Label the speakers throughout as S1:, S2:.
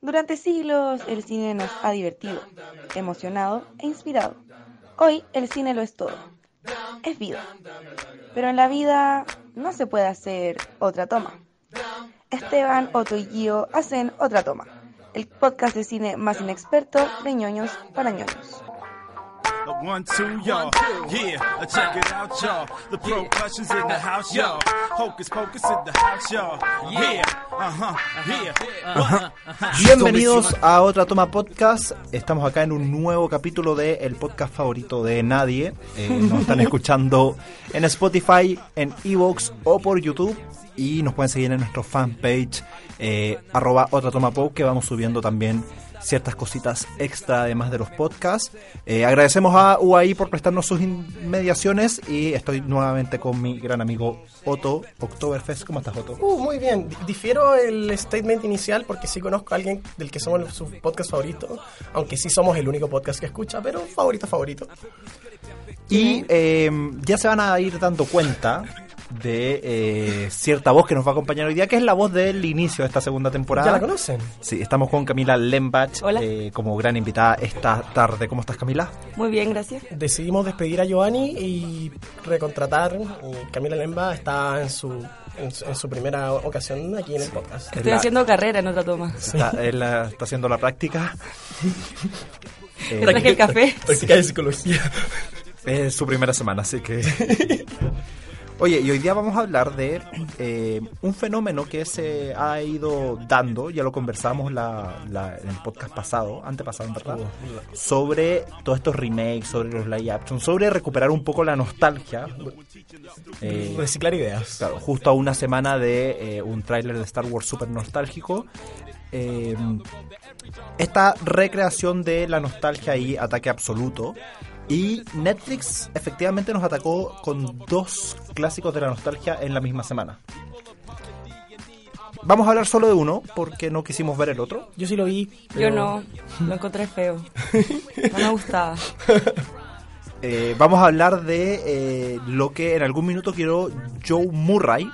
S1: Durante siglos el cine nos ha divertido, emocionado e inspirado. Hoy el cine lo es todo. Es vida. Pero en la vida no se puede hacer otra toma. Esteban, Otto y Gio hacen otra toma. El podcast de cine más inexperto de ñoños para ñoños.
S2: The one, two, y'all. Yeah, uh, check it out, y'all. The pro questions in the house, y'all. Hocus pocus in the house, y'all. Yeah, uh huh, yeah.
S3: Bienvenidos a otra toma podcast. Estamos acá en un nuevo capítulo de el podcast favorito de nadie. Eh, nos están escuchando en Spotify, en Evox o por YouTube. Y nos pueden seguir en nuestro fanpage, eh, arroba otra toma Pod, que vamos subiendo también ciertas cositas extra además de los podcasts. Eh, agradecemos a UAI por prestarnos sus inmediaciones y estoy nuevamente con mi gran amigo Otto Oktoberfest. ¿Cómo estás, Otto?
S4: Uh, muy bien. Di- Difiero el statement inicial porque sí conozco a alguien del que somos los- su podcast favorito, aunque sí somos el único podcast que escucha, pero favorito, favorito.
S3: Y eh, ya se van a ir dando cuenta de eh, cierta voz que nos va a acompañar hoy día, que es la voz del inicio de esta segunda temporada.
S4: ¿Ya la conocen?
S3: Sí, estamos con Camila Lembach
S5: Hola.
S3: eh, como gran invitada esta tarde. ¿Cómo estás, Camila?
S5: Muy bien, gracias.
S4: Decidimos despedir a Giovanni y recontratar. Y Camila Lemba está en su, en, su- en su primera ocasión aquí en el podcast.
S5: Estoy
S3: la-
S5: haciendo carrera en otra toma.
S3: Está, él, eh, está haciendo la práctica. Eh,
S5: Traje el café.
S4: Práctica de psicología.
S3: Es su primera semana, así que. Oye, y hoy día vamos a hablar de eh, un fenómeno que se ha ido dando, ya lo conversamos la, la- en el podcast pasado, antepasado en verdad, sobre todos estos remakes, sobre los live action, sobre recuperar un poco la nostalgia. Eh,
S4: Reciclar ideas.
S3: Claro, justo a una semana de eh, un tráiler de Star Wars super nostálgico. Eh, esta recreación de la nostalgia y ataque absoluto. Y Netflix efectivamente nos atacó con dos clásicos de la nostalgia en la misma semana. Vamos a hablar solo de uno porque no quisimos ver el otro.
S4: Yo sí lo vi.
S5: Yo
S4: pero-
S5: no, lo encontré feo. No me gustaba.
S3: Eh, vamos a hablar de eh, lo que en algún minuto quiero Joe Murray,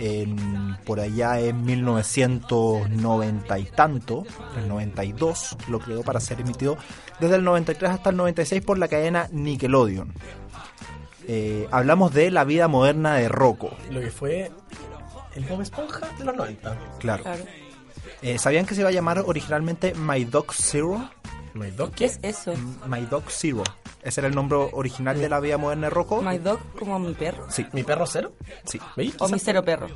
S3: en- por allá en 1990 y tanto, el 92, lo creó para ser emitido desde el 93 hasta el 96 por la cadena Nickelodeon. Eh, hablamos de la vida moderna de Rocco,
S4: Lo que fue el Bob Esponja de los 90.
S3: claro.
S5: Claro.
S3: Eh, ¿Sabían que se iba a llamar originalmente My Dog Zero?
S4: My Dog
S5: ¿Qué es eso?
S3: My Dog Zero. Ese era el nombre original de la vida moderna de Rocco.
S5: ¿My dog como mi perro?
S3: Sí,
S4: ¿Mi perro cero?
S3: sí.
S4: ¿Veis?
S5: ¿O mi cero perro?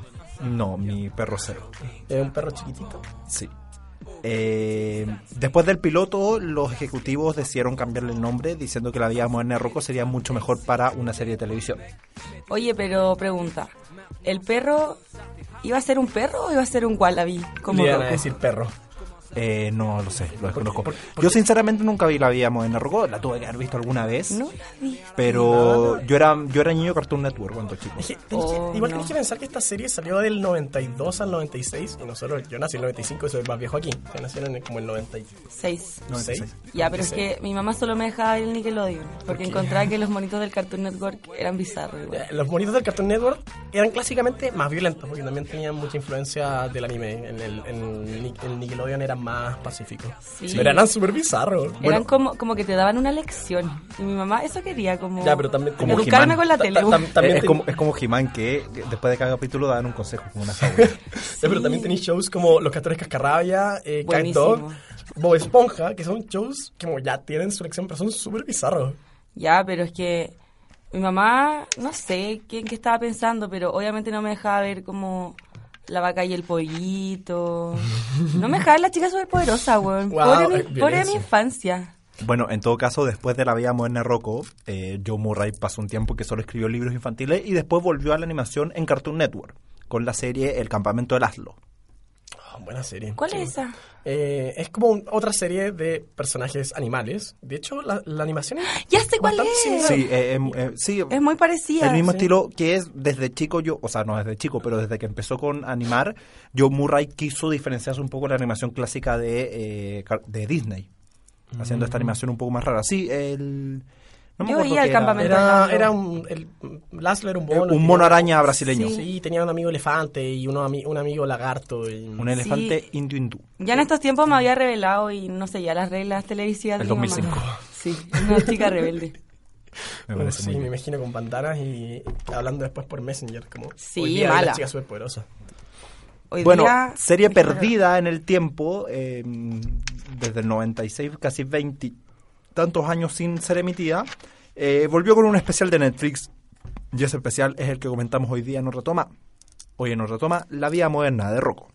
S3: No, mi perro cero.
S4: Es un perro chiquitito.
S3: Sí. Eh, después del piloto, los ejecutivos decidieron cambiarle el nombre, diciendo que la vida moderna de Rocco sería mucho mejor para una serie de televisión.
S5: Oye, pero pregunta. ¿El perro iba a ser un perro o iba a ser un wallaby?
S4: Le
S5: Como
S4: iban a
S5: Rocco?
S4: decir perro.
S3: Eh, no lo sé, lo desconozco. Yo sinceramente nunca vi la vida moderna de Rocco, la tuve que haber visto alguna vez,
S5: No la vi.
S3: pero yo era yo era niño de Cartoon Network cuando chico.
S4: Es que tenés que-
S5: Oh,
S4: igual
S5: no.
S4: tenés que pensar que esta serie salió del 92 al 96 y nosotros, yo nací en el 95 y soy el más viejo aquí. Ustedes nacieron en, como el 96.
S5: Seis. Ya,
S4: Ya,
S5: pero es que mi mamá solo me dejaba ver el Nickelodeon. Porque encontraba que los monitos del Cartoon Network eran bizarros. igual.
S4: eh, Los monitos del Cartoon Network eran clásicamente más violentos porque también tenían mucha influencia del anime. En el, en Ni- el Nickelodeon eran más pacíficos.
S5: Sí.
S4: Pero eran súper bizarros.
S5: Eran como, como que te daban una lección. Y mi mamá eso quería, como,
S4: Ya, pero también
S3: Como
S5: educarme
S3: He-Man.
S5: con la
S4: Ta-
S5: tele.
S4: ta- tam- también
S3: Eh, es,
S4: te-
S3: como, es como He-Man que que después de cada capítulo daban un consejo como una fábula.
S4: Sí, pero también tenéis shows como Los Castores Cascarrabia, eh, Cat
S5: Buenísimo.
S4: Dog, Bob Esponja, que son shows que como ya tienen su lección, pero son súper bizarros.
S5: Ya, pero es que mi mamá, no sé qué, en qué estaba pensando, pero obviamente no me dejaba ver como la vaca y el pollito. No me dejaba ver la chica superpoderosa, weón.
S4: Wow,
S5: pobre,
S4: eh,
S5: mi, pobre
S4: violencia.
S5: mi infancia.
S3: Bueno, en todo caso, después de la vida moderna de Rocco, eh, Joe Murray pasó un tiempo que solo escribió libros infantiles y después volvió a la animación en Cartoon Network con la serie El campamento de Laszlo.
S4: Ah, buena serie.
S5: ¿Cuál
S4: Sí.
S5: es esa?
S4: Eh, es como un- otra serie de personajes animales. De hecho, la, la animación es
S5: Ya sé cuál
S4: Bastante
S5: es.
S4: similar.
S3: Sí, eh, em, eh, sí,
S5: Es muy parecida.
S3: el mismo estilo que es desde chico yo, o sea, no desde chico, pero desde que empezó con animar, Joe Murray quiso diferenciarse un poco de la animación clásica de, eh, car- de Disney, haciendo esta animación un poco más rara. Sí, el... No me
S5: Mm. Yo
S3: acuerdo
S5: iba al
S3: qué era.
S5: campamento.
S4: Era, era un. El, Laszlo era un
S3: Era
S4: mono.
S3: Eh, un
S4: tenía-
S3: mono araña brasileño.
S4: Sí, tenía un amigo elefante y uno ami- un amigo lagarto. y-
S3: Un elefante indio hindú.
S5: Ya en estos tiempos me había revelado y no seguía las reglas televisivas. de
S3: El
S5: mi mamá.
S3: 2005.
S5: Sí, una chica rebelde.
S3: Me
S4: Uh,
S3: parece
S4: sí,
S3: muy
S4: me
S3: bien.
S4: imagino con pantanas y hablando después por Messenger. Como,
S5: Sí,
S4: hoy día vi a
S5: mala.
S4: La chica superpoderosa.
S5: Hoy
S3: Bueno,
S5: día-
S3: serie perdida en el tiempo, eh, desde el 96, casi 20 tantos años sin ser emitida, eh, volvió con un especial de Netflix y ese especial es el que comentamos hoy día, nos retoma, hoy nos retoma la vida moderna de Rocco.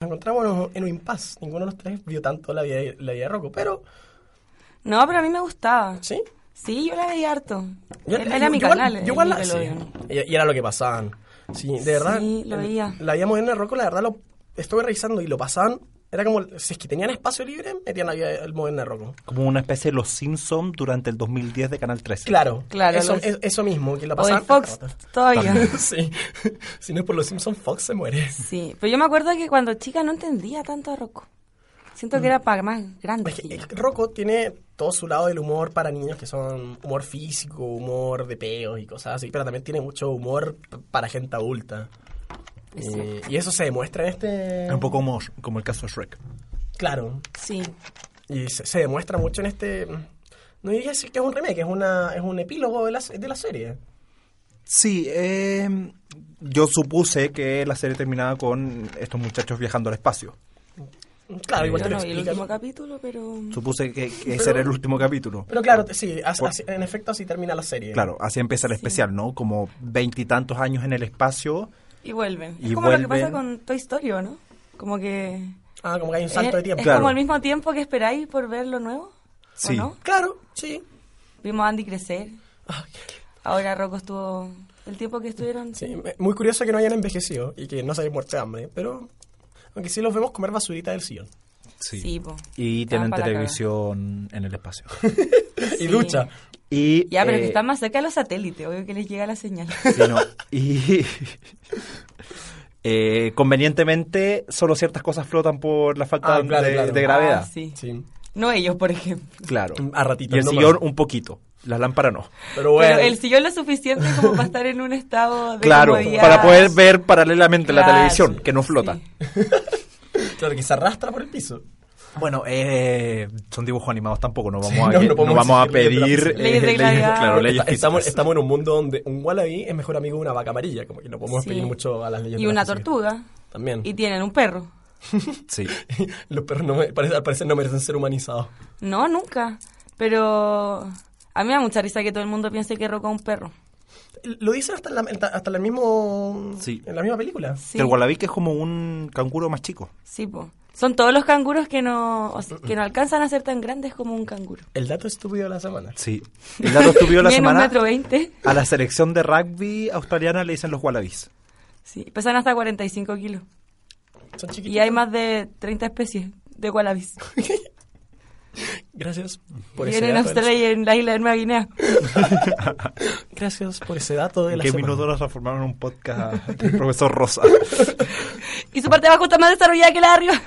S4: Nos encontramos en un impas. Ninguno de los tres vio tanto la vida, de- la vida de Rocco, pero
S5: No, pero a mí me gustaba.
S4: sí.
S5: Sí, yo la veía harto.
S4: Yo-
S5: era
S4: yo-
S5: mi
S4: yo igual-
S5: canal.
S4: yo
S5: el
S4: igual la-
S5: Nickelodeon.
S4: sí. Y, y era lo que pasaban. Sí, de verdad.
S5: Sí, lo
S4: el-
S5: veía.
S4: La vida moderna de Rocco, la verdad, lo estuve revisando y lo pasaban. Era como, si es que tenían espacio libre, metían la vida moderna de Rocco.
S3: Como una especie de Los Simpsons durante el 2010 de Canal 13.
S4: Claro,
S5: Claro,
S4: Eso,
S5: los-
S4: es- eso mismo, que la
S5: O
S4: pasaban.
S5: el Fox todavía.
S4: sí. Si no es por los Simpsons, Fox se muere.
S5: Sí, pero yo me acuerdo que cuando chica no entendía tanto a Rocco. Siento que era para más grande.
S4: Mm. Es que el Rocco tiene todo su lado del humor para niños que son humor físico, humor de peos y cosas así, pero también tiene mucho humor p- para gente adulta. Eh, y eso se demuestra en este.
S3: Un poco como, como el caso de Shrek.
S4: Claro.
S5: Sí,
S4: Y se, se demuestra mucho en este. No diría decir que es un remake, es, una, es un epílogo de la, de la serie.
S3: Sí, eh, yo supuse que la serie terminaba con estos muchachos viajando al espacio.
S4: Claro, igual
S5: yo
S4: te lo
S5: Ah, no vi el
S4: explican.
S5: último capítulo, pero...
S3: Supuse que, que ese era el último capítulo.
S4: Pero claro, te- sí, as-
S3: Por-
S4: así- en efecto así termina la serie.
S3: Claro, así empieza el especial, ¿no? Como veintitantos años en el espacio.
S5: Y vuelven.
S3: Y
S5: es como lo que pasa
S3: vuelven.
S5: con Toy Story, ¿o ¿no? Como que...
S4: Ah, como que hay un salto de
S5: es,
S4: tiempo.
S5: es
S3: Claro.
S5: como el mismo tiempo que esperáis por ver lo nuevo, ¿o
S3: Sí.
S5: no?
S4: Claro, sí.
S5: Vimos a Andy crecer.
S4: Ah,
S5: Ahora Rocco estuvo... El tiempo que estuvieron...
S4: Sí, me- muy curioso que no hayan envejecido y que no se hayan muerto de hambre, pero aunque sí los vemos comer basurita del sillón.
S5: Sí, po.
S3: Y tienen
S5: Estaban para la
S3: televisión en el espacio.
S4: Y
S5: Sí.
S4: ducha.
S3: Y,
S5: Ya, pero
S3: eh,
S5: que están más cerca de los satélites, obvio que les llega la señal.
S3: sí, no, y eh, convenientemente, solo ciertas cosas flotan por la falta
S4: Ah, claro,
S3: de,
S4: claro.
S3: de gravedad.
S5: Ah, sí.
S4: Sí,
S5: No ellos, por ejemplo.
S3: Claro.
S4: Mm, a ratito.
S3: Y el
S4: no
S3: sillón
S4: más.
S3: un poquito, la lámpara no.
S4: Pero bueno,
S5: Pero el sillón lo suficiente como para estar en un estado de
S3: Claro,
S5: comodidad.
S3: para poder ver paralelamente la
S5: Claro,
S3: televisión, que no flota.
S5: sí.
S4: claro que se arrastra por el piso.
S3: Bueno, eh, son dibujos animados tampoco, no vamos
S4: Sí,
S3: a,
S4: no,
S3: que-
S4: no podemos
S3: no vamos a
S4: exigir leyes de la
S3: pedir
S4: física.
S5: Leyes de gravedad.
S3: claro, leyes
S4: Está- estamos,
S3: físicas.
S4: estamos en un mundo donde un wallaby es mejor amigo de una vaca amarilla, como que no podemos
S5: Sí.
S4: pedir mucho a las Mm. leyes.
S5: Y
S4: de la
S5: una
S4: física.
S5: tortuga.
S4: También.
S5: Y tienen un perro.
S3: Sí.
S4: Los perros no me- parece- al parecer no merecen ser humanizados.
S5: No, nunca. Pero a mí me da mucha risa que todo el mundo piense que Rocco es un perro.
S4: Lo dicen hasta en la, hasta en el mismo,
S3: Sí.
S4: en la misma película.
S5: Sí,
S3: El wallaby que es como un canguro más chico.
S5: sí po. Son todos los canguros que no, o sea, que no alcanzan a ser tan grandes como un canguro.
S4: El dato estúpido de la semana.
S3: Sí. El dato estúpido de la
S5: Miden un
S3: semana.
S5: metro eh. veinte.
S3: A la selección de rugby australiana le dicen los wallabies.
S5: Sí, pesan hasta 45 kilos.
S4: Son chiquititos.
S5: Y hay más de 30 especies de wallabies.
S4: Gracias por ese
S5: Vienen en
S4: dato de la
S5: Australia y en la isla de Nueva Guinea.
S4: Gracias por ese dato de la
S3: ¿Qué
S4: semana.
S3: minutos nos transformaron en un podcast del profesor Rosa?
S5: Y su parte de abajo está más desarrollada que la de arriba.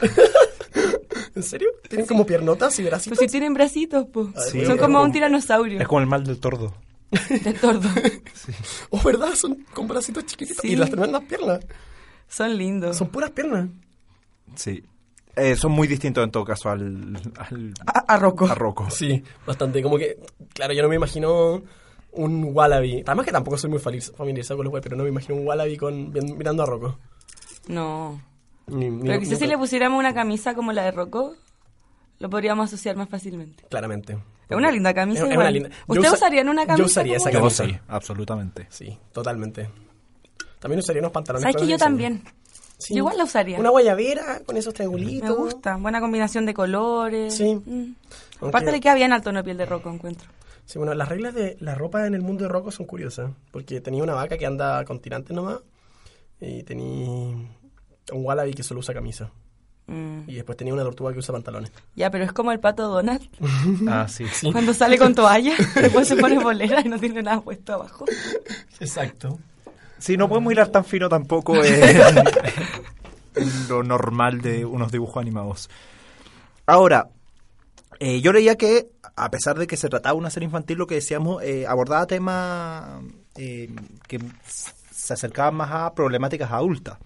S4: ¿En serio? ¿Tienen como piernotas y
S5: Pues
S4: bracitos?
S5: si tienen bracitos, po.
S3: Sí,
S5: Son
S3: es
S5: como
S3: como-
S5: un tiranosaurio.
S3: es como el mal del tordo.
S5: de tordo.
S4: Oh, ¿verdad? Son con bracitos chiquititos.
S5: Sí.
S4: Y las tremendas piernas.
S5: Son lindos.
S4: Son puras piernas.
S3: Sí. Eh, son muy distintos en todo caso al, al
S4: A, roco.
S3: a Rocco.
S4: Sí, bastante. Como que, claro, yo no me imagino un wallaby. Además que tampoco soy muy fali- familiarizado con los wallabies, pero no me imagino un wallaby con, vi- mirando a Rocco.
S5: No.
S4: Ni- ni-
S5: Pero
S4: ni-
S5: quizás si le pusiéramos una camisa como la de Rocco, lo podríamos asociar más fácilmente.
S4: Claramente.
S5: Es una linda camisa.
S4: Es- es
S5: igual.
S4: una linda- yo
S5: ¿Ustedes
S4: usa-
S5: usarían una
S4: yo
S5: camisa?
S4: usaría esa
S5: como-
S3: Yo
S4: camisa.
S3: sí, absolutamente.
S4: Sí, totalmente. También usaría unos pantalones.
S5: ¿Sabes
S4: con
S5: que yo
S4: diseño.
S5: también?
S4: Sí.
S5: Yo igual la usaría.
S4: Una guayabera con esos
S5: Me
S4: triangulitos.
S5: gusta, buena combinación de colores.
S4: Sí.
S5: Mm.
S4: Aunque-
S5: Aparte le queda bien al tono de piel de roco, encuentro.
S4: Sí, bueno, las reglas de la ropa en el mundo de Rocco son curiosas. ¿eh? Porque tenía una vaca que anda con tirantes nomás. Y tenía un wallaby que solo usa camisa.
S5: Mm.
S4: Y después tenía una tortuga que usa pantalones.
S5: Ya, pero es como el pato Donald,
S3: Ah, sí.
S5: cuando sale con toalla, después se pone bolera y no tiene nada puesto abajo.
S4: Exacto.
S3: Sí, no podemos hilar tan fino tampoco eh, en lo normal de unos dibujos animados. Ahora, eh, yo leía que, a pesar de que se trataba de una serie infantil, lo que decíamos, eh, abordaba temas eh, que s- se acercaban más a problemáticas adultas.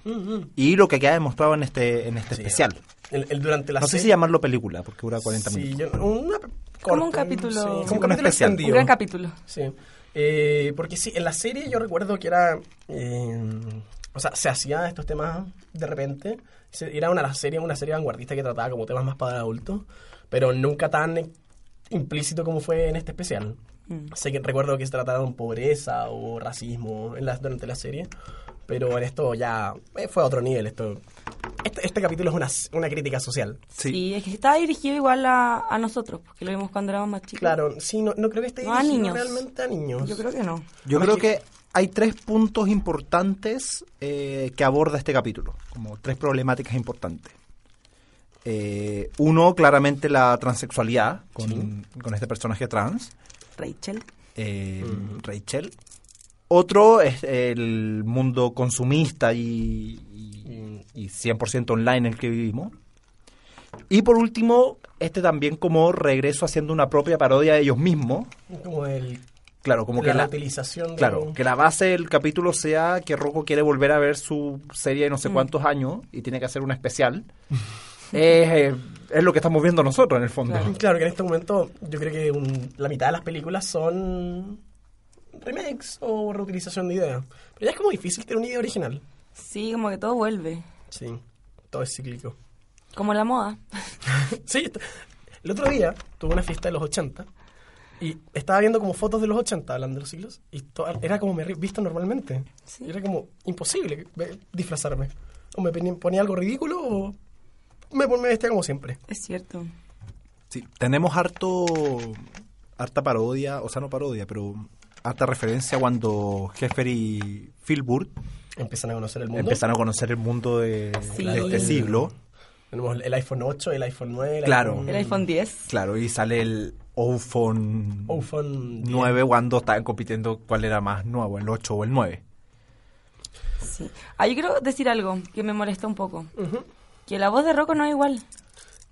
S3: Y lo que queda demostrado en este, en este
S4: Mm. Sí.
S3: especial.
S4: El, el durante la
S3: No sé
S4: serie-
S3: si llamarlo película, porque dura 40
S4: Sí,
S3: minutos.
S4: yo- una- corto,
S5: un capítulo-
S4: sí,
S5: como
S4: como
S5: un
S4: un capítulo
S3: especial.
S5: Un
S4: extendido.
S5: gran capítulo.
S4: Sí. Eh, porque sí, en la serie yo recuerdo que era. eh, o sea, se hacía estos temas de repente. Se- Era una serie, una serie vanguardista que trataba como temas más para adultos, pero nunca tan eh, implícito como fue en este especial.
S5: Mm.
S4: Sé que recuerdo que se trataron pobreza o racismo en las durante la serie, pero en esto ya eh, fue a otro nivel. Esto, este, este capítulo es una, s- una crítica social.
S3: Sí.
S5: Y es que estaba dirigido igual a, a nosotros, porque lo vimos cuando éramos más chicos.
S4: Claro, sí, no, no creo que esté
S5: No a
S4: dirigido
S5: niños.
S4: realmente a niños.
S5: Yo creo que no.
S3: Yo
S4: Además
S3: creo
S4: que-
S3: que hay tres puntos importantes eh, que aborda este capítulo, como tres problemáticas importantes. Eh, uno, claramente la transexualidad con, con este personaje trans,
S5: Rachel.
S3: eh, Rachel. Otro es el mundo consumista y, y- y 100% online en el que vivimos. Y por último, este también como regreso haciendo una propia parodia de ellos mismos.
S4: Como el
S3: Claro, como
S4: la,
S3: que la,
S4: utilización de-
S5: Mm.
S3: Claro, que la base del capítulo sea que Rocco quiere volver a ver su serie de no
S5: Mm.
S3: sé cuántos años y tiene que hacer una especial. es, eh, es lo que estamos viendo nosotros en el fondo.
S5: Claro.
S4: Claro, que en este momento yo creo que un- la mitad de las películas son remakes o reutilización de ideas. Pero ya es como difícil tener una idea original.
S5: Sí, como que todo vuelve.
S4: Sí, todo es cíclico.
S5: Como la moda.
S4: Sí, esto- el otro día tuve una fiesta de los 80 y estaba viendo como fotos de los 80 hablando de los siglos y to- era como me he visto normalmente.
S5: Sí.
S4: Y Era como imposible que- ve- disfrazarme. O me ponía- ponía algo ridículo o me, me vestía como siempre.
S5: Es cierto.
S3: Sí, tenemos harto harta parodia, o sea, no parodia, pero harta referencia cuando Heffer y Philburt
S4: Empiezan a conocer el mundo.
S3: empezaron a conocer el mundo de,
S5: Sí.
S3: de este siglo.
S4: Tenemos el iPhone 8, el iPhone 9, el
S3: Claro.
S4: iPhone,
S5: El iPhone 10.
S3: Claro, y sale el Ophone
S4: iPhone 10.
S3: 9 cuando estaban compitiendo cuál era más nuevo, el 8 o el 9.
S5: Sí. Ah, yo quiero decir algo que me molesta un poco.
S4: Ujú.
S5: Que la voz de Rocco no es igual.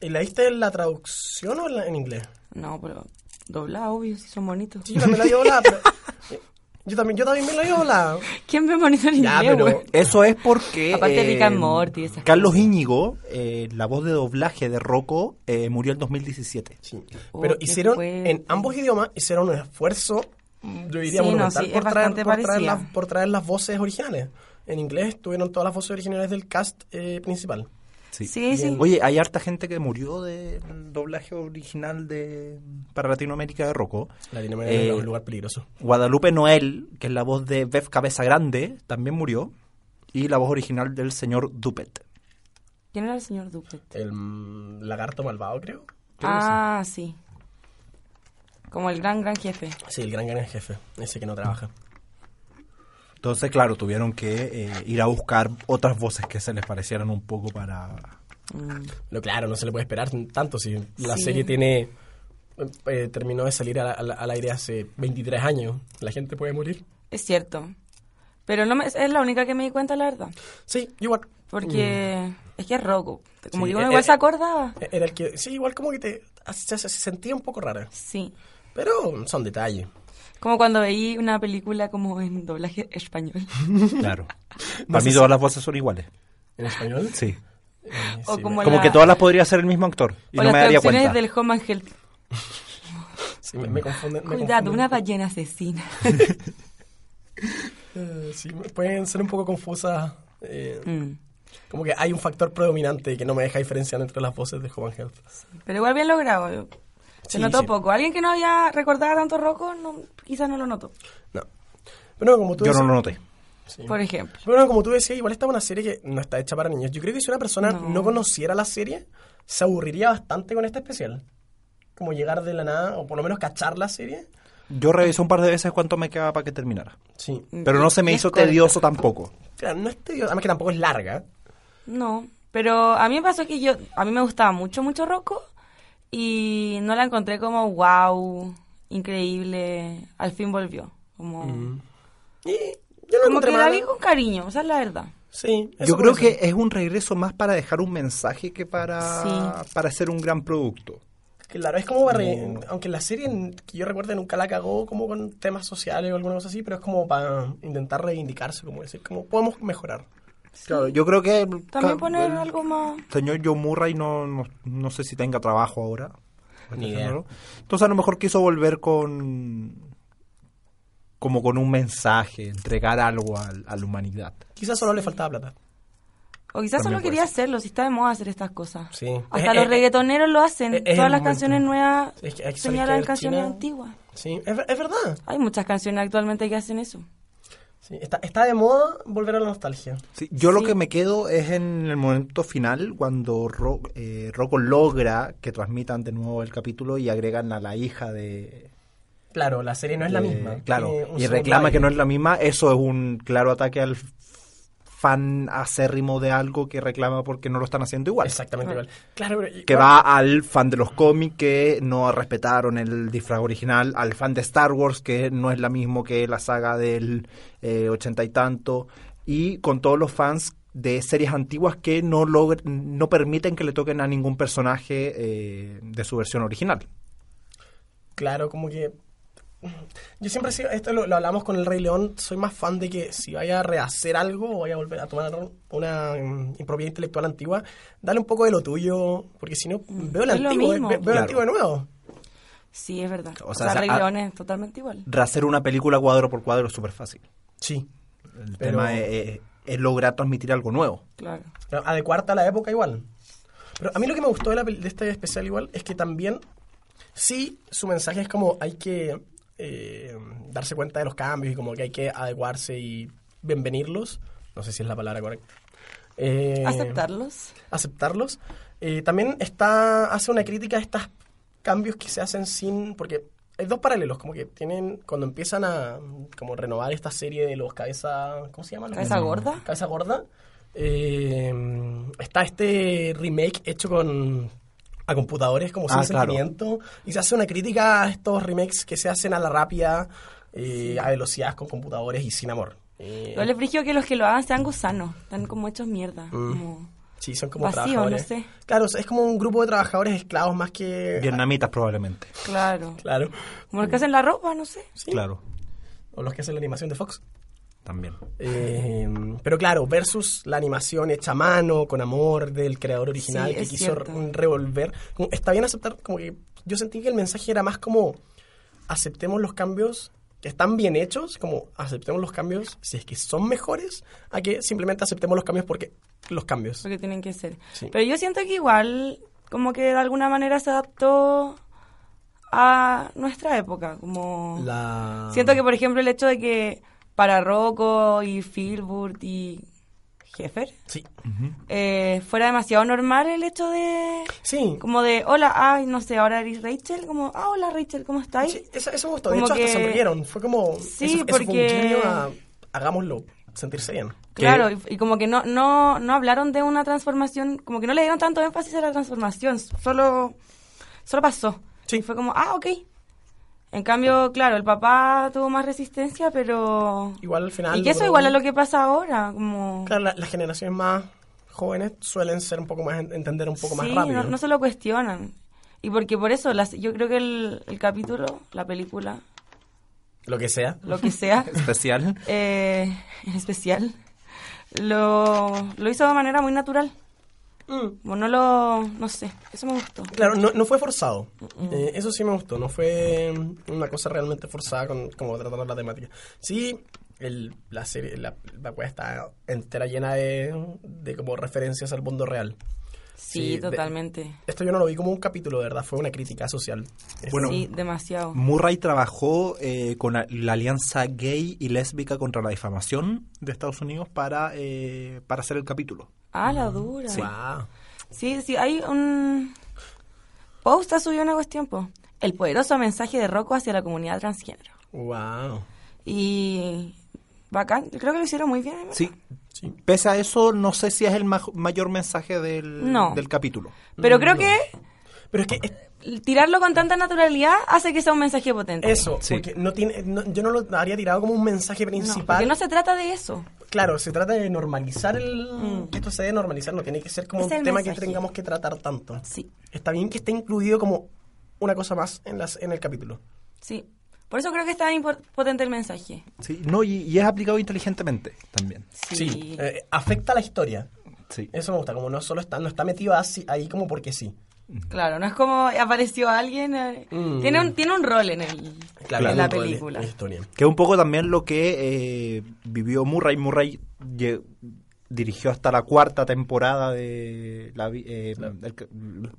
S4: ¿Y la viste en la traducción o en, la- en inglés?
S5: No, pero doblada, obvio, si son bonitos.
S4: Sí, yo también la vi doblada. pero- yo, también, yo también me la vi doblada.
S5: ¿Quién ve bonito en
S4: Ya,
S5: inglés,
S4: pero-
S5: güey?
S3: Eso es porque. eh,
S5: Aparte de Rick and Morty, esas
S3: Carlos Íñigo, eh, la voz de doblaje de Rocco, eh, murió en 2017.
S4: Sí.
S5: Oh,
S4: pero
S5: qué
S4: hicieron,
S5: fuerte.
S4: en ambos idiomas, hicieron un esfuerzo, yo diría,
S5: Sí, no,
S4: monumental
S5: sí, es
S4: por, traer,
S5: bastante
S4: por, traer
S5: parecida.
S4: las, por traer las voces originales. En inglés tuvieron todas las voces originales del cast eh, principal.
S5: Sí, sí.
S3: Oye, hay harta gente que murió del doblaje original de para Latinoamérica de Rocco.
S4: Latinoamérica
S3: Eh,
S4: era un lugar peligroso.
S3: Guadalupe Noel, que es la voz de Bev Cabeza Grande, también murió. Y la voz original del señor Dupet.
S5: ¿Quién era el señor Duplett?
S4: El mm, lagarto malvado, creo.
S5: Ah, sí. Como el gran, gran jefe.
S4: Sí, el gran gran jefe, ese que no trabaja.
S3: Entonces, claro, tuvieron que eh, ir a buscar otras voces que se les parecieran un poco para...
S5: Mm.
S4: No, claro, no se le puede esperar tanto si la
S5: Sí.
S4: serie tiene. eh, terminó de salir al, al- al aire hace 23 años. La gente puede morir.
S5: Es cierto. Pero no me- es la única que me di cuenta, la verdad.
S4: Sí, igual.
S5: Porque es que es Rocco. Como
S4: Mm. Sí,
S5: que uno
S4: eh,
S5: igual
S4: eh,
S5: se acordaba.
S4: E- Era el que. Sí, igual como que te. Se, se- se sentía un poco rara.
S5: Sí.
S4: Pero son detalles.
S5: Como cuando veí una película como en doblaje español.
S3: Claro. para mí todas las voces son iguales.
S4: ¿En español?
S3: Sí.
S4: Eh,
S5: O
S4: sí,
S5: como
S4: me-
S5: la-
S3: Como que todas las podría hacer el mismo actor. Y no
S5: o las
S3: me daría
S5: traducciones
S3: cuenta.
S5: del Home Angel.
S4: sí, me, me confunden. me
S5: Cuidado,
S4: confunden.
S5: una ballena asesina.
S4: Eh, sí, me- pueden ser un poco confusas. eh,
S5: Mm.
S4: Como que hay un factor predominante que no me deja diferenciar entre las voces de Jovan Health.
S5: Pero igual bien logrado. Yo. Se
S4: Sí,
S5: notó
S4: sí.
S5: poco. Alguien que no había recordado tanto Rocco, no, quizás no lo notó.
S4: No. Pero no, como tú
S3: Yo no
S4: decías-
S3: lo noté.
S4: Sí.
S5: Por ejemplo.
S4: Pero bueno, como tú decías, igual esta es una serie que no está hecha para niños. Yo creo que si una persona no,
S5: No.
S4: conociera la serie, se aburriría bastante con este especial. Como llegar de la nada, o por lo menos cachar la serie.
S3: Yo revisé un par de veces cuánto me quedaba para que terminara.
S4: Sí.
S3: Pero no se me
S5: Y
S3: hizo
S5: Mm, es corta.
S3: tedioso tampoco.
S4: Claro, no es tedioso. Además que tampoco es larga.
S5: No, pero a mí me pasó que yo, a mí me gustaba mucho, mucho Rocco y no la encontré como wow, increíble, al fin volvió. Como,
S4: Y yo no
S5: como que
S4: encontré
S5: la
S4: mala.
S5: vi con cariño, o sea, es la verdad.
S4: Sí. eso
S3: Yo
S4: por
S3: creo
S4: eso.
S3: que es un regreso más para dejar un mensaje que para,
S5: Sí.
S3: para hacer un gran producto.
S4: Claro, es como para... re- Aunque la serie, n- que yo recuerde, nunca la cagó como con temas sociales o alguna cosa así, pero es como para intentar reivindicarse, como decir, como podemos mejorar.
S3: Claro, yo creo que...
S5: También
S3: ca-
S5: poner
S3: el
S5: algo más...
S3: Señor Joe Murray no, no, no sé si tenga trabajo ahora.
S4: Ni idea.
S3: Entonces a lo mejor quiso volver con... Como con un mensaje, entregar algo al- a, la humanidad.
S4: Quizás solo le faltaba plata.
S5: O
S3: También
S5: quizás solo
S3: puede
S5: quería hacerlo, si está de moda hacer estas cosas.
S4: Sí.
S5: Hasta
S4: Es-
S5: los
S4: es-
S5: reggaetoneros lo hacen,
S4: es- es el
S5: todas las
S4: momento.
S5: canciones nuevas
S4: Es que hay que- hay que
S5: señalan
S4: ver
S5: canciones
S4: China.
S5: antiguas.
S4: Sí, es, ver- es verdad.
S5: Hay muchas canciones actualmente que hacen eso.
S4: Sí, está, está de moda volver a la nostalgia.
S3: Sí, yo lo que me quedo es en el momento final, cuando Ro- eh, Rocco logra que transmitan de nuevo el capítulo y agregan a la hija de,
S4: Claro, la serie no es la
S3: Eh,
S4: misma.
S3: Claro,
S4: tiene un
S3: y
S4: segundo
S3: reclama
S4: aire.
S3: que no es la misma. Eso es un claro ataque al f- fan acérrimo de algo que reclama porque no lo están haciendo igual.
S4: Exactamente igual. Claro, pero-
S3: Que va al fan de los cómics que no respetaron el disfraz original, al fan de Star Wars que no es la mismo que la saga del eh, ochenta y tanto, y con todos los fans de series antiguas que no logr- no permiten que le toquen a ningún personaje eh, de su versión original.
S4: Claro, como que. Yo siempre he sido. Esto lo, lo hablamos con el Rey León. Soy más fan de que si vaya a rehacer algo o vaya a volver a tomar una mm, impropiedad intelectual antigua, dale un poco de lo tuyo. Porque si no, veo el
S5: Mm, es lo
S4: antiguo,
S5: mismo.
S4: ve- veo el
S3: Claro.
S4: antiguo de nuevo.
S5: Sí, es verdad.
S3: O
S5: O
S3: sea,
S5: sea,
S4: ah,
S3: o sea,
S5: Rey
S3: a-
S5: León es totalmente igual.
S3: Rehacer una película cuadro por cuadro es súper fácil.
S4: Sí.
S3: El
S4: Pero-
S3: tema es, es- es lograr transmitir algo nuevo.
S5: Claro.
S4: Pero Adecuarte a la época igual. Pero a mí lo que me gustó de, la pel- de este especial igual es que también, sí, su mensaje es como hay que eh, darse cuenta de los cambios y como que hay que adecuarse y bienvenirlos. No sé si es la palabra correcta. Eh,
S5: Aceptarlos.
S4: Aceptarlos. Eh, también está, hace una crítica a estos cambios que se hacen sin... Porque hay dos paralelos, como que tienen, cuando empiezan a como renovar esta serie de los cabezas... ¿Cómo se llama? Los-
S5: Cabeza gorda.
S4: Cabeza Gorda. Eh, está este remake hecho con a computadores como sin
S3: Ah, claro.
S4: sentimiento y se hace una crítica a estos remakes que se hacen a la rápida eh, a velocidades con computadores y sin amor Eh, Mm.
S5: Yo le frigio que los que lo hagan sean gusanos. Están como hechos mierda. Como...
S4: sí son como
S5: vacío,
S4: trabajadores
S5: no sé.
S4: claro es como un grupo de trabajadores esclavos más que
S3: Vietnamitas probablemente.
S5: Claro.
S4: claro
S5: Como los que hacen la ropa, no sé.
S4: Sí.
S3: Claro,
S4: o los que hacen la animación de Fox
S3: también.
S4: Eh, pero claro, versus la animación hecha a mano, con amor del creador original
S5: Sí,
S4: que
S5: es
S4: quiso
S5: cierto.
S4: re- revolver. Como, Está bien aceptar, como que yo sentí que el mensaje era más como aceptemos los cambios que están bien hechos, como aceptemos los cambios si es que son mejores, a que simplemente aceptemos los cambios porque los cambios.
S5: Lo que tienen que ser.
S4: Sí.
S5: Pero yo siento que igual, como que de alguna manera se adaptó a nuestra época. Como...
S4: La...
S5: Siento que, por ejemplo, el hecho de que para Rocco y Filbert y Heffer
S4: Sí.
S5: eh, fuera demasiado normal el hecho de...
S4: Sí.
S5: Como de, hola, ay, no sé, ahora eres Rachel. Como, ah, hola Rachel, ¿cómo estás?
S4: Sí, eso, eso me gustó. De
S5: Como
S4: hecho, hasta
S5: que-
S4: sonrieron. Fue como...
S5: Sí,
S4: eso, eso fue un
S5: porque-
S4: guiño a hagámoslo, sentirse bien.
S5: Claro, y, y como que no, no, no hablaron de una transformación, como que no le dieron tanto énfasis a la transformación, solo, solo pasó.
S4: Sí.
S5: Y fue como, ah, ok. En cambio, claro, el papá tuvo más resistencia, pero...
S4: Igual al final...
S5: y que eso
S4: logró-
S5: igual a lo que pasa ahora, como...
S4: Claro, la- las generaciones más jóvenes suelen ser un poco más entender un poco más
S5: sí,
S4: rápido.
S5: no, no se lo cuestionan. Y porque por eso, las, yo creo que el, el capítulo, la película,
S4: Lo que sea.
S5: lo que sea,
S3: Especial.
S5: eh, en especial, lo, lo hizo de manera muy natural. Como no lo, no sé, eso me gustó.
S4: Mm, Claro, no, no fue forzado. Eh, eso sí me gustó. No fue mm, una cosa realmente forzada con como tratar la temática. Sí, el, la serie, la, la wea está entera llena de, de como referencias al mundo real.
S5: Sí,
S4: Sí, de-
S5: totalmente.
S4: Esto yo no lo vi como un capítulo, de verdad, fue una crítica social. Es-
S3: Bueno, Mm.
S5: sí, demasiado.
S3: Murray trabajó eh, con la, la alianza gay y lésbica contra la difamación de Estados Unidos para, eh, para hacer el capítulo.
S5: Ah, la dura.
S3: Sí.
S4: Wow.
S5: Sí, sí, hay un... Posta subió una cuestión, po. El poderoso mensaje de Rocco hacia la comunidad transgénero.
S4: Wow.
S5: Y... Bacán, creo que lo hicieron muy bien. ¿no?
S3: Sí.
S4: Sí.
S3: Pese a eso, no sé si es el ma- mayor mensaje del,
S5: No.
S3: del capítulo.
S5: Pero creo
S3: Mm,
S4: No.
S5: que
S4: Pero es que es-
S5: tirarlo con tanta naturalidad hace que sea un mensaje potente.
S4: eso,
S3: Sí.
S4: porque no tiene, no- yo no lo habría tirado como un mensaje
S5: No,
S4: principal.
S5: porque no se trata de eso.
S4: Claro, se trata de normalizar el... Esto se debe normalizar, no tiene que ser como un
S5: Mm. Es el
S4: tema que
S5: mensaje.
S4: tengamos que tratar tanto.
S5: Sí,
S4: Está bien que esté incluido como una cosa más en, las, en el capítulo.
S5: sí. Por eso creo que es tan impor- potente el mensaje.
S3: Sí, no, y, y es aplicado inteligentemente también.
S5: Sí.
S4: Eh, afecta la historia.
S3: Sí.
S4: Eso me gusta, como no solo está, no está metido así, ahí como porque sí.
S5: Claro, no es como apareció alguien. eh,
S4: Mm.
S5: Tiene, un, tiene un rol en, el,
S3: Claro.
S5: en la
S4: un rol en-
S5: película.
S4: en la historia.
S3: Que es un poco también lo que eh, vivió Murray. Murray lle- dirigió hasta la cuarta temporada de la, vi- eh, el-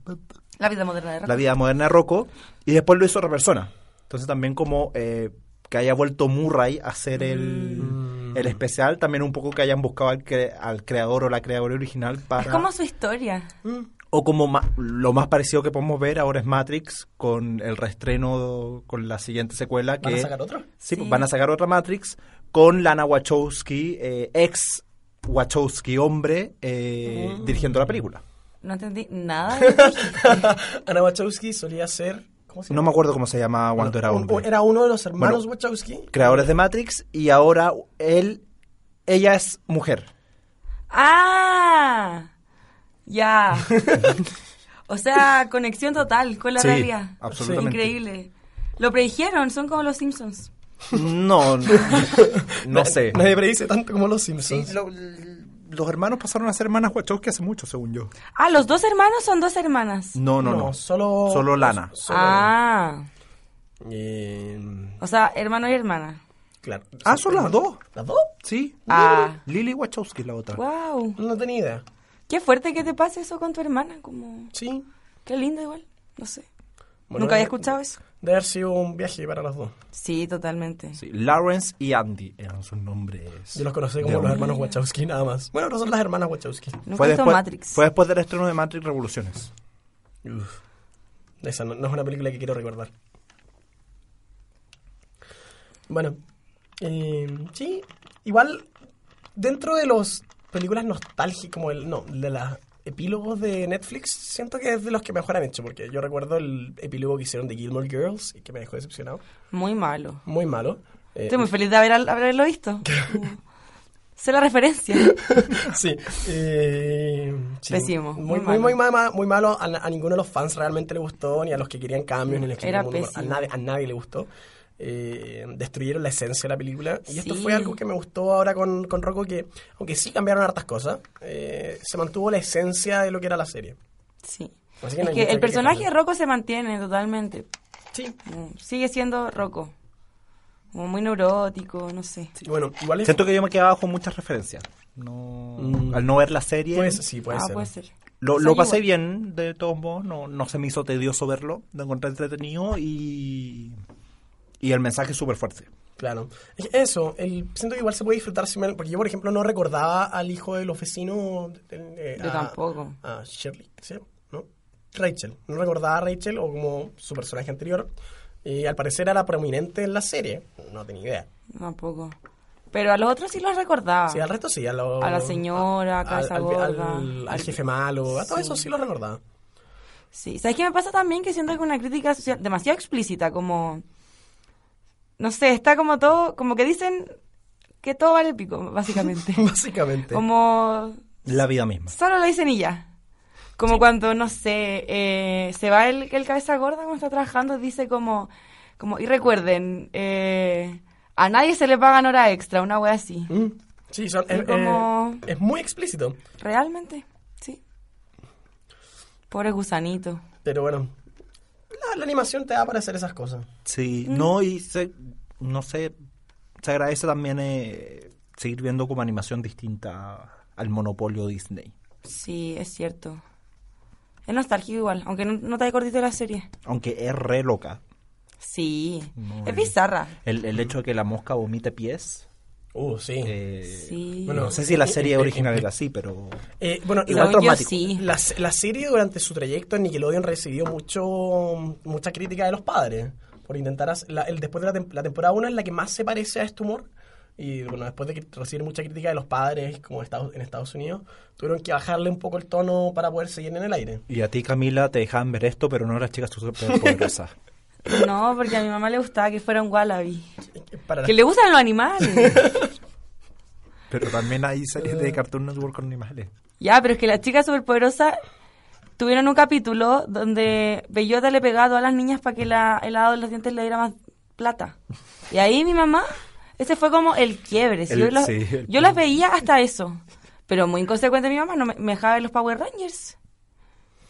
S5: La vida moderna de Rocco.
S3: La vida moderna de Rocco y después lo hizo otra persona. Entonces también como eh, que haya vuelto Murray a hacer el,
S4: Mm.
S3: el especial, también un poco que hayan buscado al, cre- al creador o la creadora original para...
S5: Es como su historia.
S4: Mm.
S3: O como ma- lo más parecido que podemos ver ahora es Matrix con el reestreno, con la siguiente secuela que...
S4: ¿Van a sacar otro?
S3: Sí, pues
S5: Sí.
S3: van a sacar otra Matrix con Lana Wachowski, eh, ex Wachowski hombre, eh,
S4: Mm.
S3: dirigiendo la película.
S5: No entendí nada. de lo que dijiste.
S4: Ana Wachowski solía ser... ¿Cómo se
S3: No me acuerdo cómo se llamaba
S4: Bueno,
S3: cuando era
S4: un-
S3: hombre.
S4: era uno de los hermanos
S3: Bueno,
S4: Wachowski.
S3: creadores de Matrix y ahora él ella es mujer.
S5: ¡Ah! Ya. o sea, conexión total con la
S3: Sí,
S5: realidad.
S3: absolutamente.
S5: Increíble. Lo predijeron, son como los Simpsons.
S3: No, no, no sé.
S4: Nadie predice tanto como los Simpsons.
S3: lo- los hermanos pasaron a ser hermanas Wachowski hace mucho, según yo.
S5: Ah, los dos hermanos son dos hermanas.
S3: No, no, no.
S4: solo...
S3: Solo Lana.
S4: solo-
S5: Ah,
S4: Eh,
S5: o sea, hermano y hermana.
S4: claro.
S3: Ah, son las dos.
S4: ¿Las dos?
S3: Sí.
S5: Ah.
S3: Lily Wachowski la otra.
S5: Wow,
S4: No tenía idea.
S5: qué fuerte que te pase eso con tu hermana, como
S4: Sí.
S5: qué lindo igual, no sé.
S4: Bueno,
S5: Nunca había
S4: eh,
S5: escuchado eso.
S4: Debe haber sido un viaje para los dos.
S5: Sí, totalmente.
S3: Sí, Lawrence y Andy eran sus nombres.
S4: Yo los conocí
S3: De
S4: como los
S3: hombre.
S4: hermanos Wachowski, nada más. Bueno, no son las hermanas Wachowski.
S5: Nunca
S3: Fue
S5: he visto
S3: después,
S5: Matrix.
S3: fue después del estreno de Matrix Revoluciones.
S4: Uf. Esa no, no es una película que quiero recordar. Bueno, eh, sí, igual dentro de las películas nostálgicas, como el, no, de los epílogos de Netflix, siento que es de los que mejor han hecho, porque yo recuerdo el epílogo que hicieron de Gilmore Girls y que me dejó decepcionado.
S5: Muy malo.
S4: Muy malo. Eh,
S5: Estoy muy feliz de haber, haberlo visto. Como- sé la referencia.
S4: sí. eh, sí.
S5: Pésimo,
S4: Muy, muy,
S5: muy
S4: muy,
S5: malo.
S4: ma- muy malo. A, na- a ninguno de los fans realmente le gustó, ni a los que querían cambios, ni a los que
S5: Era
S4: querían- A
S5: pésimo.
S4: nadie, a nadie le gustó. Eh, destruyeron la esencia de la película. Y esto
S5: Sí.
S4: fue algo que me gustó ahora con, con Rocco, que aunque sí cambiaron hartas cosas, eh, se mantuvo la esencia de lo que era la serie.
S5: Sí.
S4: Así Pues que
S5: Es
S4: no hay
S5: que
S4: mucho
S5: el
S4: que
S5: personaje de
S4: quejarse.
S5: Rocco se mantiene totalmente.
S4: Sí.
S5: Como- Sigue siendo Rocco. Como muy neurótico, no sé.
S4: Sí, Bueno, igual es...
S3: Siento que yo me quedaba con muchas referencias. No,
S4: Pues- Mm.
S3: Al no ver la serie,
S4: Puede ser, sí, puede
S5: ah,
S4: ser.
S5: puede ser.
S3: Lo,
S5: Soy
S3: lo pasé
S5: igual.
S3: bien, de todos modos, no, no se me hizo tedioso verlo, lo encontré entretenido y, y el mensaje es súper fuerte.
S4: Claro. Es que Eso, el, siento que igual se puede disfrutar sin ver- porque yo, por ejemplo, no recordaba al hijo de los vecinos. eh,
S5: Yo
S4: a-
S5: tampoco.
S4: A Shirley, ¿sí? ¿no? Rachel. No recordaba a Rachel o como su personaje anterior. Y al parecer era prominente en la serie. No tenía idea.
S5: Tampoco. Pero a los otros sí los recordaba.
S4: Sí, al resto sí. A, lo-
S5: Ah. A la señora, Casa
S4: al, al,
S5: Gorda,
S4: al- al
S5: al-
S4: jefe malo. A todo eso sí lo recordaba.
S5: Sí, ¿sabes qué me pasa también? Que siento que una crítica social demasiado explícita, como... No sé, está como todo, como que dicen que todo vale pico, básicamente.
S4: Básicamente.
S5: como
S3: La vida misma.
S5: solo lo dicen y ya. Como cuando, no sé, eh, se va el, el cabeza gorda cuando está trabajando, dice como, como y recuerden, eh, a nadie se le pagan hora extra, una wea así.
S4: Mm, Sí, son, es,
S5: como-
S4: es- es muy explícito.
S5: Realmente, sí. Pobre gusanito.
S4: Pero bueno,
S3: Mm.
S4: la, la animación te da para hacer esas cosas.
S3: Sí, no, y se- no sé, se agradece también eh, seguir viendo como animación distinta al monopolio Disney.
S5: Sí, es cierto. Es nostálgico igual, aunque no, no te haya cortito la serie.
S3: Aunque es re loca.
S5: Sí.
S3: No,
S5: es
S3: eh.
S5: bizarra.
S3: El, el hecho de que la mosca vomite pies.
S4: Uh, sí.
S3: eh,
S5: Sí.
S4: bueno,
S3: No sé si la serie
S4: Eh, eh,
S3: original
S4: eh,
S3: era así, pero.
S4: Eh, bueno,
S5: Según
S4: igual
S5: yo,
S3: traumático.
S5: sí.
S4: la, se- la serie durante su trayecto en Nickelodeon recibió mucho mucha crítica de los padres por intentar hacer- la- el, después de la, tem- la temporada 1 es la que más se parece a este humor y bueno, después de que recibir mucha crítica de los padres como Estados- en Estados Unidos, tuvieron que bajarle un poco el tono para poder seguir en el aire.
S3: Y a ti, Camila, te dejaban ver esto, pero no eras chica superpoderosa.
S5: No, porque a mi mamá le gustaba que fuera un wallaby.
S4: Para
S5: Que le gustan los animales.
S3: pero también hay series de Cartoon Network con animales.
S5: ya, pero es que las chicas superpoderosas tuvieron un capítulo donde Bellota le pegaba a todas las niñas para que la, el lado de los dientes le diera más plata. Y ahí mi mamá, ese fue como el quiebre. si
S3: El-
S5: yo, los-
S3: sí, el-
S5: yo las veía hasta eso. Pero muy inconsecuente mi mamá, no me, me dejaba ver los Power Rangers.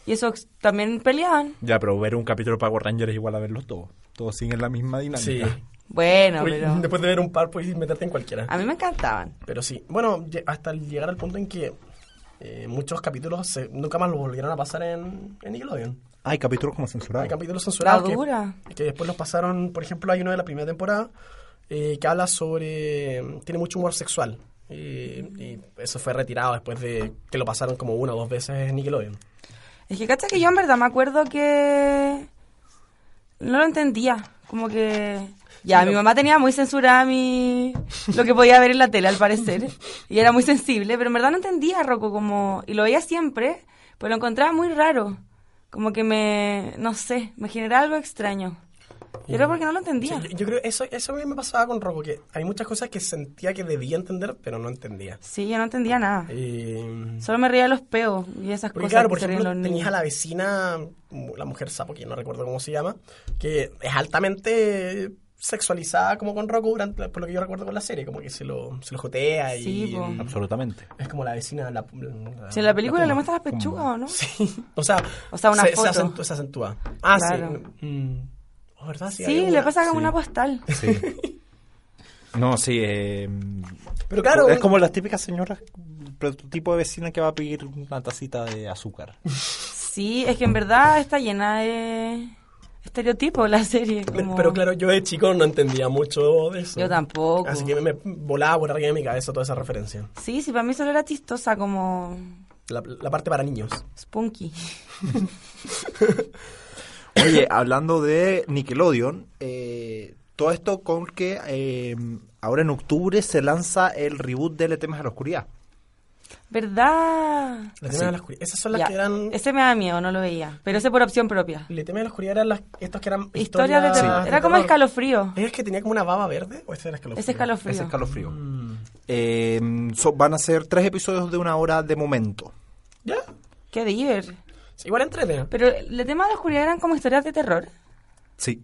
S5: Y esos también peleaban.
S3: Ya, pero ver un capítulo de Power Rangers es igual a verlos todos. Todos siguen la misma
S4: sí.
S3: dinámica.
S5: Bueno,
S4: Uy,
S5: pero...
S4: Después de ver un par puedes meterte en cualquiera.
S5: A mí me encantaban.
S4: Pero sí, bueno, lle- hasta el llegar al punto en que eh, muchos capítulos se- nunca más los volvieron a pasar en, en Nickelodeon.
S3: Hay capítulos como
S4: Hay
S3: censurados.
S4: capítulos censurados
S5: La dura.
S4: Que, que después los pasaron, por ejemplo, hay uno de la primera temporada eh, que habla sobre... mm, tiene mucho humor sexual. Y, y eso fue retirado después de que lo pasaron como una o dos veces en Nickelodeon.
S5: Es que cacha que yo en verdad me acuerdo que no lo entendía, como que ya mi mamá tenía muy censurada mi lo que podía ver en la tele al parecer y era muy sensible, pero en verdad no entendía Rocco como y lo veía siempre, pero lo encontraba muy raro, como que me no sé, me generaba algo extraño. Y era porque no lo entendía.
S4: Mm. Sí, yo, yo creo que eso, eso a mí me pasaba con Rocco, que hay muchas cosas que sentía que debía entender, pero no entendía.
S5: Sí, yo no entendía nada.
S4: Eh,
S5: Solo me reía de los peos y esas
S4: Porque
S5: cosas
S4: claro,
S5: que
S4: por
S5: se ríen
S4: ejemplo,
S5: los
S4: tenías
S5: niños.
S4: a la vecina, mm, la mujer sapo, que no recuerdo cómo se llama, que es altamente sexualizada como con Roku, durante- por lo que yo recuerdo con la serie, como que se lo, se lo jotea y
S5: Sí, po.
S3: Absolutamente.
S4: es como la vecina. La, la-
S5: Si en la película le
S4: prima.
S5: muestran las pechugas o no?
S4: Sí, o sea,
S5: O sea, una
S4: se, se
S5: foto.
S4: acentu- se acentúa. Ah,
S5: Claro.
S4: sí. mm, oh, ¿verdad? Sí, había
S5: Sí, le
S4: una.
S5: pasa
S3: sí.
S5: como una postal.
S3: Sí. No, sí. eh,
S4: Pero claro,
S3: es como las típicas señoras, prototipo de vecina que va a pedir una tacita de azúcar.
S5: Sí, es que en verdad está llena de estereotipos la serie.
S4: Pero,
S5: como-
S4: pero claro, yo de chico no entendía mucho de eso.
S5: Yo tampoco.
S4: Así que me, me volaba por arriba de mi cabeza toda esa referencia.
S5: Sí, sí, para mí solo era chistosa como
S4: La, la parte para niños.
S5: spunky.
S3: Oye, hablando de Nickelodeon, eh, todo esto con que eh, ahora en octubre se lanza el reboot de Le temas a la oscuridad.
S5: ¿Verdad?
S4: La
S3: Sí.
S4: tema de la oscuridad. Esas son las
S5: Ya,
S4: que eran...
S5: Ese me da miedo, no lo veía. Pero ese por opción propia.
S4: El tema de la oscuridad eran las, estos que eran
S5: Historia de terror. Era como escalofrío.
S4: ¿Es el que tenía como una baba verde o este era escalofrío?
S5: Ese escalofrío.
S3: Es escalofrío. Eh, so- van a ser tres episodios de una hora de momento.
S4: ¿Ya?
S5: Qué diver.
S4: Sí, igual entrete.
S5: Pero el tema de la oscuridad eran como historias de terror.
S3: Sí.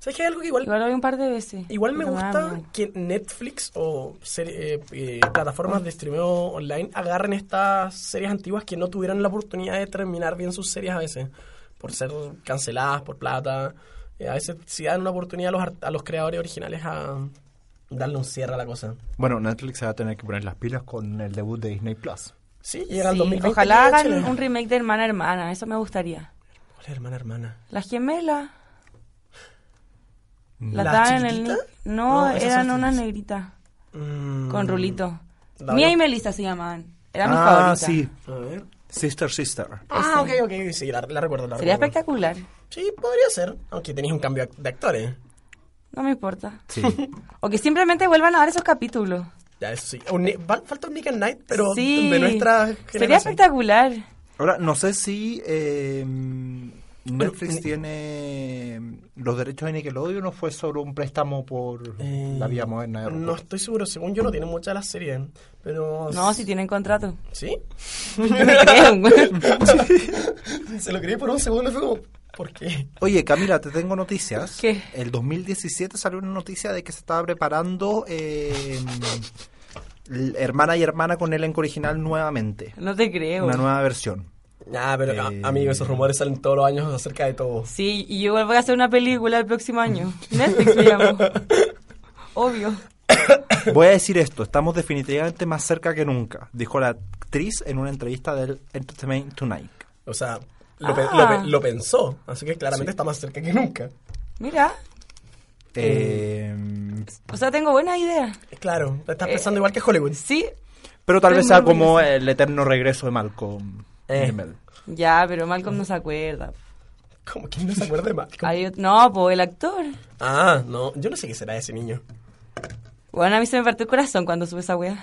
S4: ¿Sabes que hay algo que igual...
S5: Igual lo vi un par de veces.
S4: Igual me
S5: Pero da
S4: gusta
S5: miedo.
S4: que Netflix o serie- eh, eh, plataformas de streameo online agarren estas series antiguas que no tuvieran la oportunidad de terminar bien sus series a veces, por ser canceladas por plata. Eh, a veces sí dan una oportunidad a los, art- a los creadores originales a darle un cierre a la cosa.
S3: Bueno, Netflix se va a tener que poner las pilas con el debut de Disney Plus.
S4: Sí, llega el
S5: Sí,
S4: 2020.
S5: Ojalá
S4: llega a
S5: hagan
S4: Chile.
S5: un remake de Hermana Hermana. Eso me gustaría.
S4: Hola, hermana, hermana.
S5: Las gemelas. Las
S4: ¿La
S5: daban en el
S4: chiquitita?
S5: Nick. No,
S4: No, esas
S5: eran
S4: son
S5: unas
S4: chiquitas.
S5: negritas
S4: Mm.
S5: con rulito.
S4: La
S5: Mía
S4: veo.
S5: y Melissa se llamaban. Era mi
S3: ah,
S5: favorita.
S3: sí.
S4: A ver.
S3: Sister, sister.
S4: Ah, ok, ok, sí, la, la recuerdo, la
S5: Sería
S4: recuerdo.
S5: espectacular.
S4: Sí, podría ser, aunque tenéis un cambio de actores.
S5: No me importa.
S3: Sí.
S5: O que simplemente vuelvan a dar esos capítulos.
S4: Ya, eso sí. Un Nick- val- falta un Nick and Knight, pero
S5: sí.
S4: de nuestra
S5: Sería
S4: generación.
S5: espectacular.
S3: Ahora, no sé si eh, Netflix tiene em, los derechos de Nickelodeon o fue solo un préstamo por
S4: Eh,
S3: la vía moderna de
S4: No
S3: Rupert.
S4: estoy seguro, según yo no tienen muchas de las series, pero...
S5: No, si tienen contrato.
S4: ¿Sí?
S5: Yo no creo, güey.
S4: Se lo creí por un segundo y fue como, ¿por qué?
S3: Oye, Camila, te tengo noticias.
S5: ¿Qué?
S3: El 2017 salió una noticia de que se estaba preparando eh, l- Hermana y Hermana con el elenco original nuevamente.
S5: No te creo.
S3: Una nueva versión.
S4: Ah, pero a-
S3: Eh.
S4: amigo, esos rumores salen todos los años acerca de todo.
S5: Sí, y yo igual voy a hacer una película el próximo año. Netflix me llamó. Obvio.
S3: Voy a decir esto, estamos definitivamente más cerca que nunca, dijo la actriz en una entrevista del Entertainment Tonight.
S4: O sea, lo, pe- lo pe-
S5: Ah.
S4: lo pensó, así que claramente está más cerca que nunca.
S5: Mira,
S3: Eh,
S5: o sea, tengo buena idea.
S4: Claro, estás
S5: Eh,
S4: pensando igual que Hollywood.
S5: Sí,
S3: pero tal
S5: Estoy
S3: vez
S5: muy
S3: sea como
S5: orgullosa.
S3: el eterno regreso de Malcolm.
S4: Eh.
S3: in the Middle.
S5: ya, pero Malcolm no se acuerda.
S4: ¿Cómo que no se acuerda de Malcolm?
S5: Hay ot- no, pues el actor.
S4: Ah, no, yo no sé qué será ese niño.
S5: Bueno, a mí se me partió el corazón cuando supe esa weá.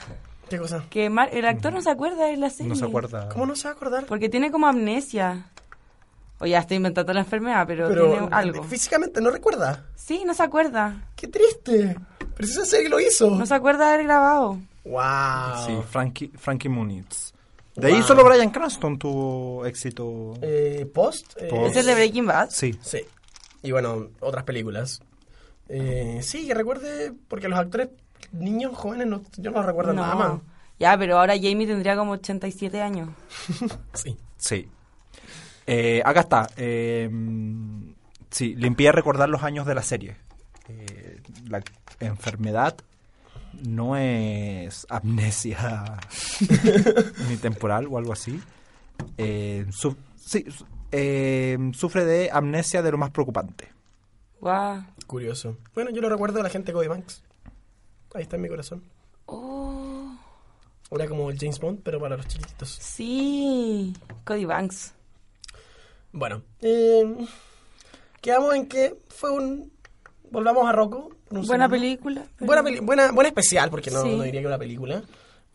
S4: ¿Qué cosa?
S5: Que Mar- el actor no se acuerda de la serie.
S3: No se acuerda.
S4: ¿Cómo no se va a acordar?
S5: Porque tiene como amnesia. O ya estoy inventando la enfermedad, pero, tiene algo.
S4: físicamente no recuerda.
S5: Sí, no se acuerda.
S4: ¡Qué triste! Pero si esa serie lo hizo.
S5: No se acuerda de haber grabado.
S4: ¡Wow!
S3: Sí, Frankie, Frankie Muniz. Ah. De ahí
S4: Wow.
S3: solo Brian Cranston tuvo éxito.
S4: Eh, ¿Post? eh,
S3: Post.
S5: ¿Es el de Breaking Bad?
S3: Sí.
S4: Sí. Y bueno, otras películas. Eh, sí, que recuerde, porque los actores niños jóvenes no, yo no los recuerdo nada más.
S5: Ya, pero ahora Jamie tendría como 87 años.
S4: Sí.
S3: Sí. Eh, acá está. eh, sí, le impide recordar los años de la serie. Eh, la enfermedad no es amnesia ni temporal o algo así. Eh, su- sí, su- eh, sufre de amnesia de lo más preocupante.
S5: Guau.
S4: Curioso. Bueno, yo lo recuerdo de la gente de Cody Banks. Ahí está en mi corazón.
S5: Oh,
S4: Era como el James Bond, pero para los chiquititos.
S5: sí. Cody Banks.
S4: Bueno, eh, quedamos en que fue un. Volvamos a Rocco. por un
S5: Buena
S4: segundo.
S5: película. pero-
S4: Buena, peli- buena, buena especial, porque no,
S5: Sí.
S4: no diría que una película.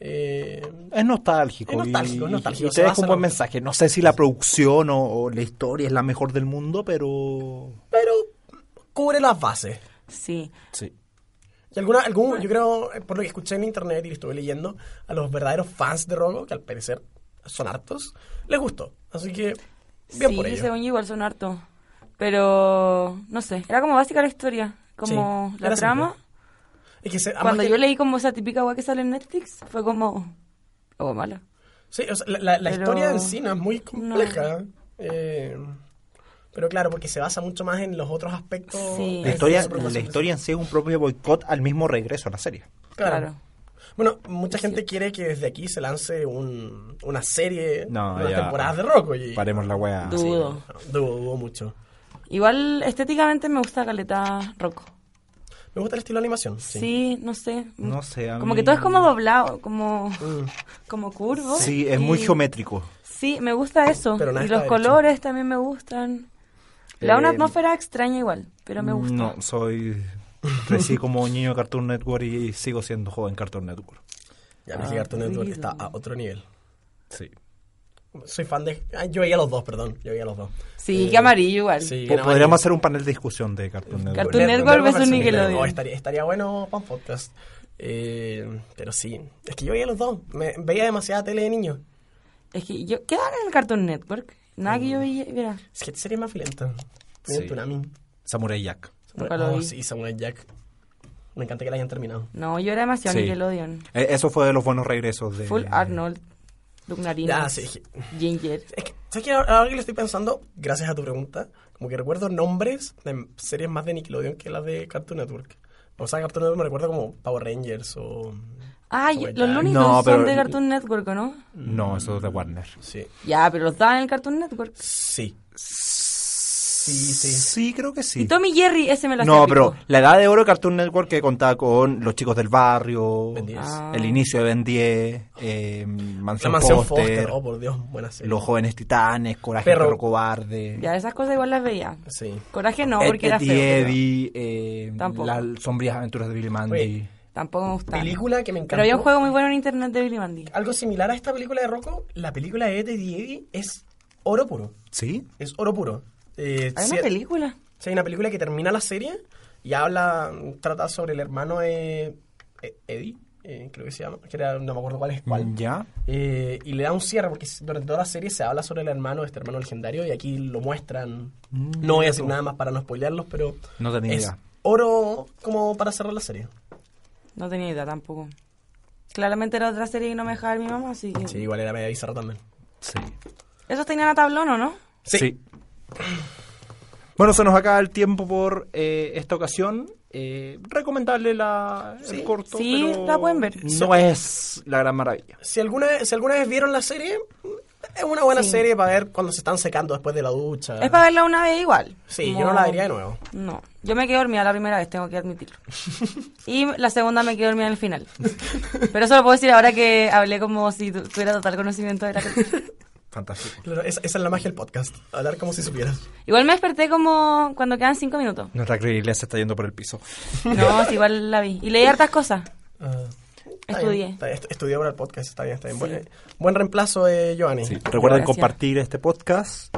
S4: Eh,
S3: Es nostálgico.
S4: Es nostálgico,
S3: y,
S4: es nostálgico,
S3: y
S4: se
S3: te deja
S4: basa
S3: un buen
S4: en-
S3: mensaje. No sé si la producción o, o la historia es la mejor del mundo, pero.
S4: pero cubre las bases.
S5: Sí.
S3: Sí.
S4: Y alguna, algún, yo creo, eh, por lo que escuché en internet y estuve leyendo, a los verdaderos fans de Rogo, que al parecer son hartos, les gustó. Así que, bien
S5: sí,
S4: por ello.
S5: según yo igual son harto. Pero, no sé, era como básica la historia. Como
S4: Sí,
S5: la
S4: era
S5: trama.
S4: simple. Es que se- además
S5: Cuando
S4: que-
S5: yo leí como esa típica guay que sale en Netflix, fue como... Oh, mala.
S4: Sí, o sea, la, la- la
S5: Pero-
S4: historia en sí no es muy compleja. eh, pero claro, porque se basa mucho más en los otros aspectos.
S5: Sí.
S3: La
S5: Es
S3: historia,
S4: de
S3: la
S4: su
S3: historia en sí es un propio boicot al mismo regreso a la serie.
S4: Claro.
S5: Claro.
S4: Bueno, mucha gente quiere que desde aquí se lance un, una serie,
S3: No,
S4: unas
S3: ya.
S4: temporadas de Rocco. Y,
S3: Paremos la weá.
S5: Du- Dudo.
S4: Sí, dudo, dudo mucho.
S5: Igual estéticamente me gusta Caleta Rocco.
S4: Me gusta el estilo de animación.
S5: Sí, no sé.
S3: No sé, a
S5: Como
S3: mí-
S5: que todo es como doblado, como,
S4: Mm.
S5: como curvo.
S3: Sí, es muy
S5: Y-
S3: geométrico.
S5: Sí, me gusta eso.
S4: Pero nada
S5: y
S4: está
S5: los
S4: derecho.
S5: colores también me gustan. Le da una
S3: Eh,
S5: atmósfera extraña igual, pero me gusta.
S3: No, soy. Crecí como niño de Cartoon Network y sigo siendo joven Cartoon Network.
S4: Ya,
S5: Ah,
S4: pero si Cartoon Network está a otro nivel.
S3: Sí.
S4: Soy fan de. ah, yo veía los dos, perdón. Yo veía los dos.
S3: mm,
S5: Sí,
S4: Eh,
S5: que amarillo igual.
S4: Sí,
S3: Po-
S4: era
S3: Pues Podríamos
S4: amarillo.
S3: hacer un panel de discusión de Cartoon Network.
S5: Cartoon Network versus
S4: versus
S5: Nickelodeon.
S4: Oh, estaría, estaría bueno para un podcast. Eh, pero sí, es que yo veía los dos. Me, veía demasiada tele de niño.
S5: Es que yo... ¿Qué dan en el Cartoon Network? Nada que
S3: Mm.
S5: yo veía... Mira,
S4: Es que sería más violenta.
S3: Sí.
S4: Tiene Tsunami.
S3: Samurai Jack.
S5: Nunca lo
S4: Oh,
S5: vi.
S4: sí, Samurai Jack. Me encanta que la hayan terminado.
S5: no, yo era demasiado
S3: Sí.
S5: Nickelodeon.
S3: Eh, Eso fue de los buenos regresos de.
S5: Full Arnold, Dugnarina,
S4: Ah, sí, es que-
S5: Ginger.
S4: Es que, ¿sabes qué? Ahora ahora que lo estoy pensando, gracias a tu pregunta, como que recuerdo nombres de series más de Nickelodeon que las de Cartoon Network. O sea, Cartoon Network me recuerda como Power Rangers o...
S5: Ah, yo-
S4: Samurai
S5: los
S4: Jack.
S5: Looney
S3: No,
S5: Tunes son
S3: pero-
S5: de Cartoon Network, ¿o no?
S3: No, eso es de Warner.
S4: Sí.
S5: Ya, pero los dan en el Cartoon Network.
S4: Sí.
S3: Sí,
S4: sí.
S3: Sí, creo que sí.
S5: Y Tommy Jerry, ese me lo
S3: No,
S5: hacía
S3: pero
S5: pico.
S3: la edad de oro de Cartoon Network que contaba con Los Chicos del Barrio,
S4: Ben 10.
S5: Ah.
S3: el inicio de Ben 10, eh, Mansión,
S4: La mansión Foster.
S3: Foster,
S4: Oh, por Dios, buena serie.
S3: Los Jóvenes Titanes, Coraje
S4: Perro.
S3: Perro, Cobarde,
S5: Ya, esas cosas igual las veía.
S4: Sí.
S5: Coraje no,
S3: Ed,
S5: porque era
S3: Ed y
S5: feo. pero
S3: Eddie, eh,
S5: Tampoco.
S3: Las sombrías aventuras de Billy Mandy.
S4: Oye,
S5: Tampoco me gustaba.
S4: Película que me Ah, encanta.
S5: Pero había un juego muy bueno en internet de Billy Mandy.
S4: Algo similar a esta película de Rocco, la película de Ed y Eddie es oro puro.
S3: ¿Sí?
S4: Es oro puro. Eh,
S5: Hay
S4: sí-
S5: una película.
S4: Sí, hay una película que termina la serie y habla, trata sobre el hermano de eh, Eddie, eh, creo que se llama, que era- no me acuerdo cuál es cuál.
S3: Mm, ¿Ya?
S4: Eh, y le da un cierre porque durante toda la serie se habla sobre el hermano, este hermano legendario, y aquí lo muestran. No voy a decir nada más para Mm, pues. no spoilearlos, pero
S3: No tenía
S4: es
S3: idea.
S4: oro como para cerrar la serie.
S5: No tenía idea tampoco. Claramente era otra serie y no me dejaba ver mi mamá, así que...
S4: Sí, igual era media bizarra también.
S3: Sí.
S5: Esos tenían a tablón, ¿o no?
S4: Sí.
S3: Sí. Bueno, se nos acaba el tiempo por eh, esta ocasión. Eh, recomendable la, el corto.
S5: Sí,
S3: pero
S5: la pueden ver.
S3: No es la gran maravilla.
S4: Si alguna, vez, si alguna vez vieron la serie, es una buena serie para ver cuando se están secando después de la ducha.
S5: Es para verla una vez igual.
S4: Sí,
S5: Como-
S4: yo no la vería de nuevo.
S5: No, yo me quedé dormida la primera vez, tengo que admitirlo. Y la segunda me quedé dormida en el final. Pero eso lo puedo decir ahora que hablé como si tu- tuviera total conocimiento de la película.
S3: Fantástico.
S4: Claro, esa, esa es la magia del podcast. Hablar como si supieras.
S5: Igual me desperté como cuando quedan cinco minutos.
S3: Nuestra credibilidad se está yendo por el piso.
S5: No, sí, igual la vi. Y leí hartas cosas.
S4: Ah, está
S5: Estudié.
S4: bien, está bien, est- estudié para el podcast, está bien, está bien. Buen, buen reemplazo de Joanny.
S3: Sí, Recuerden
S5: Gracias.
S3: compartir este podcast,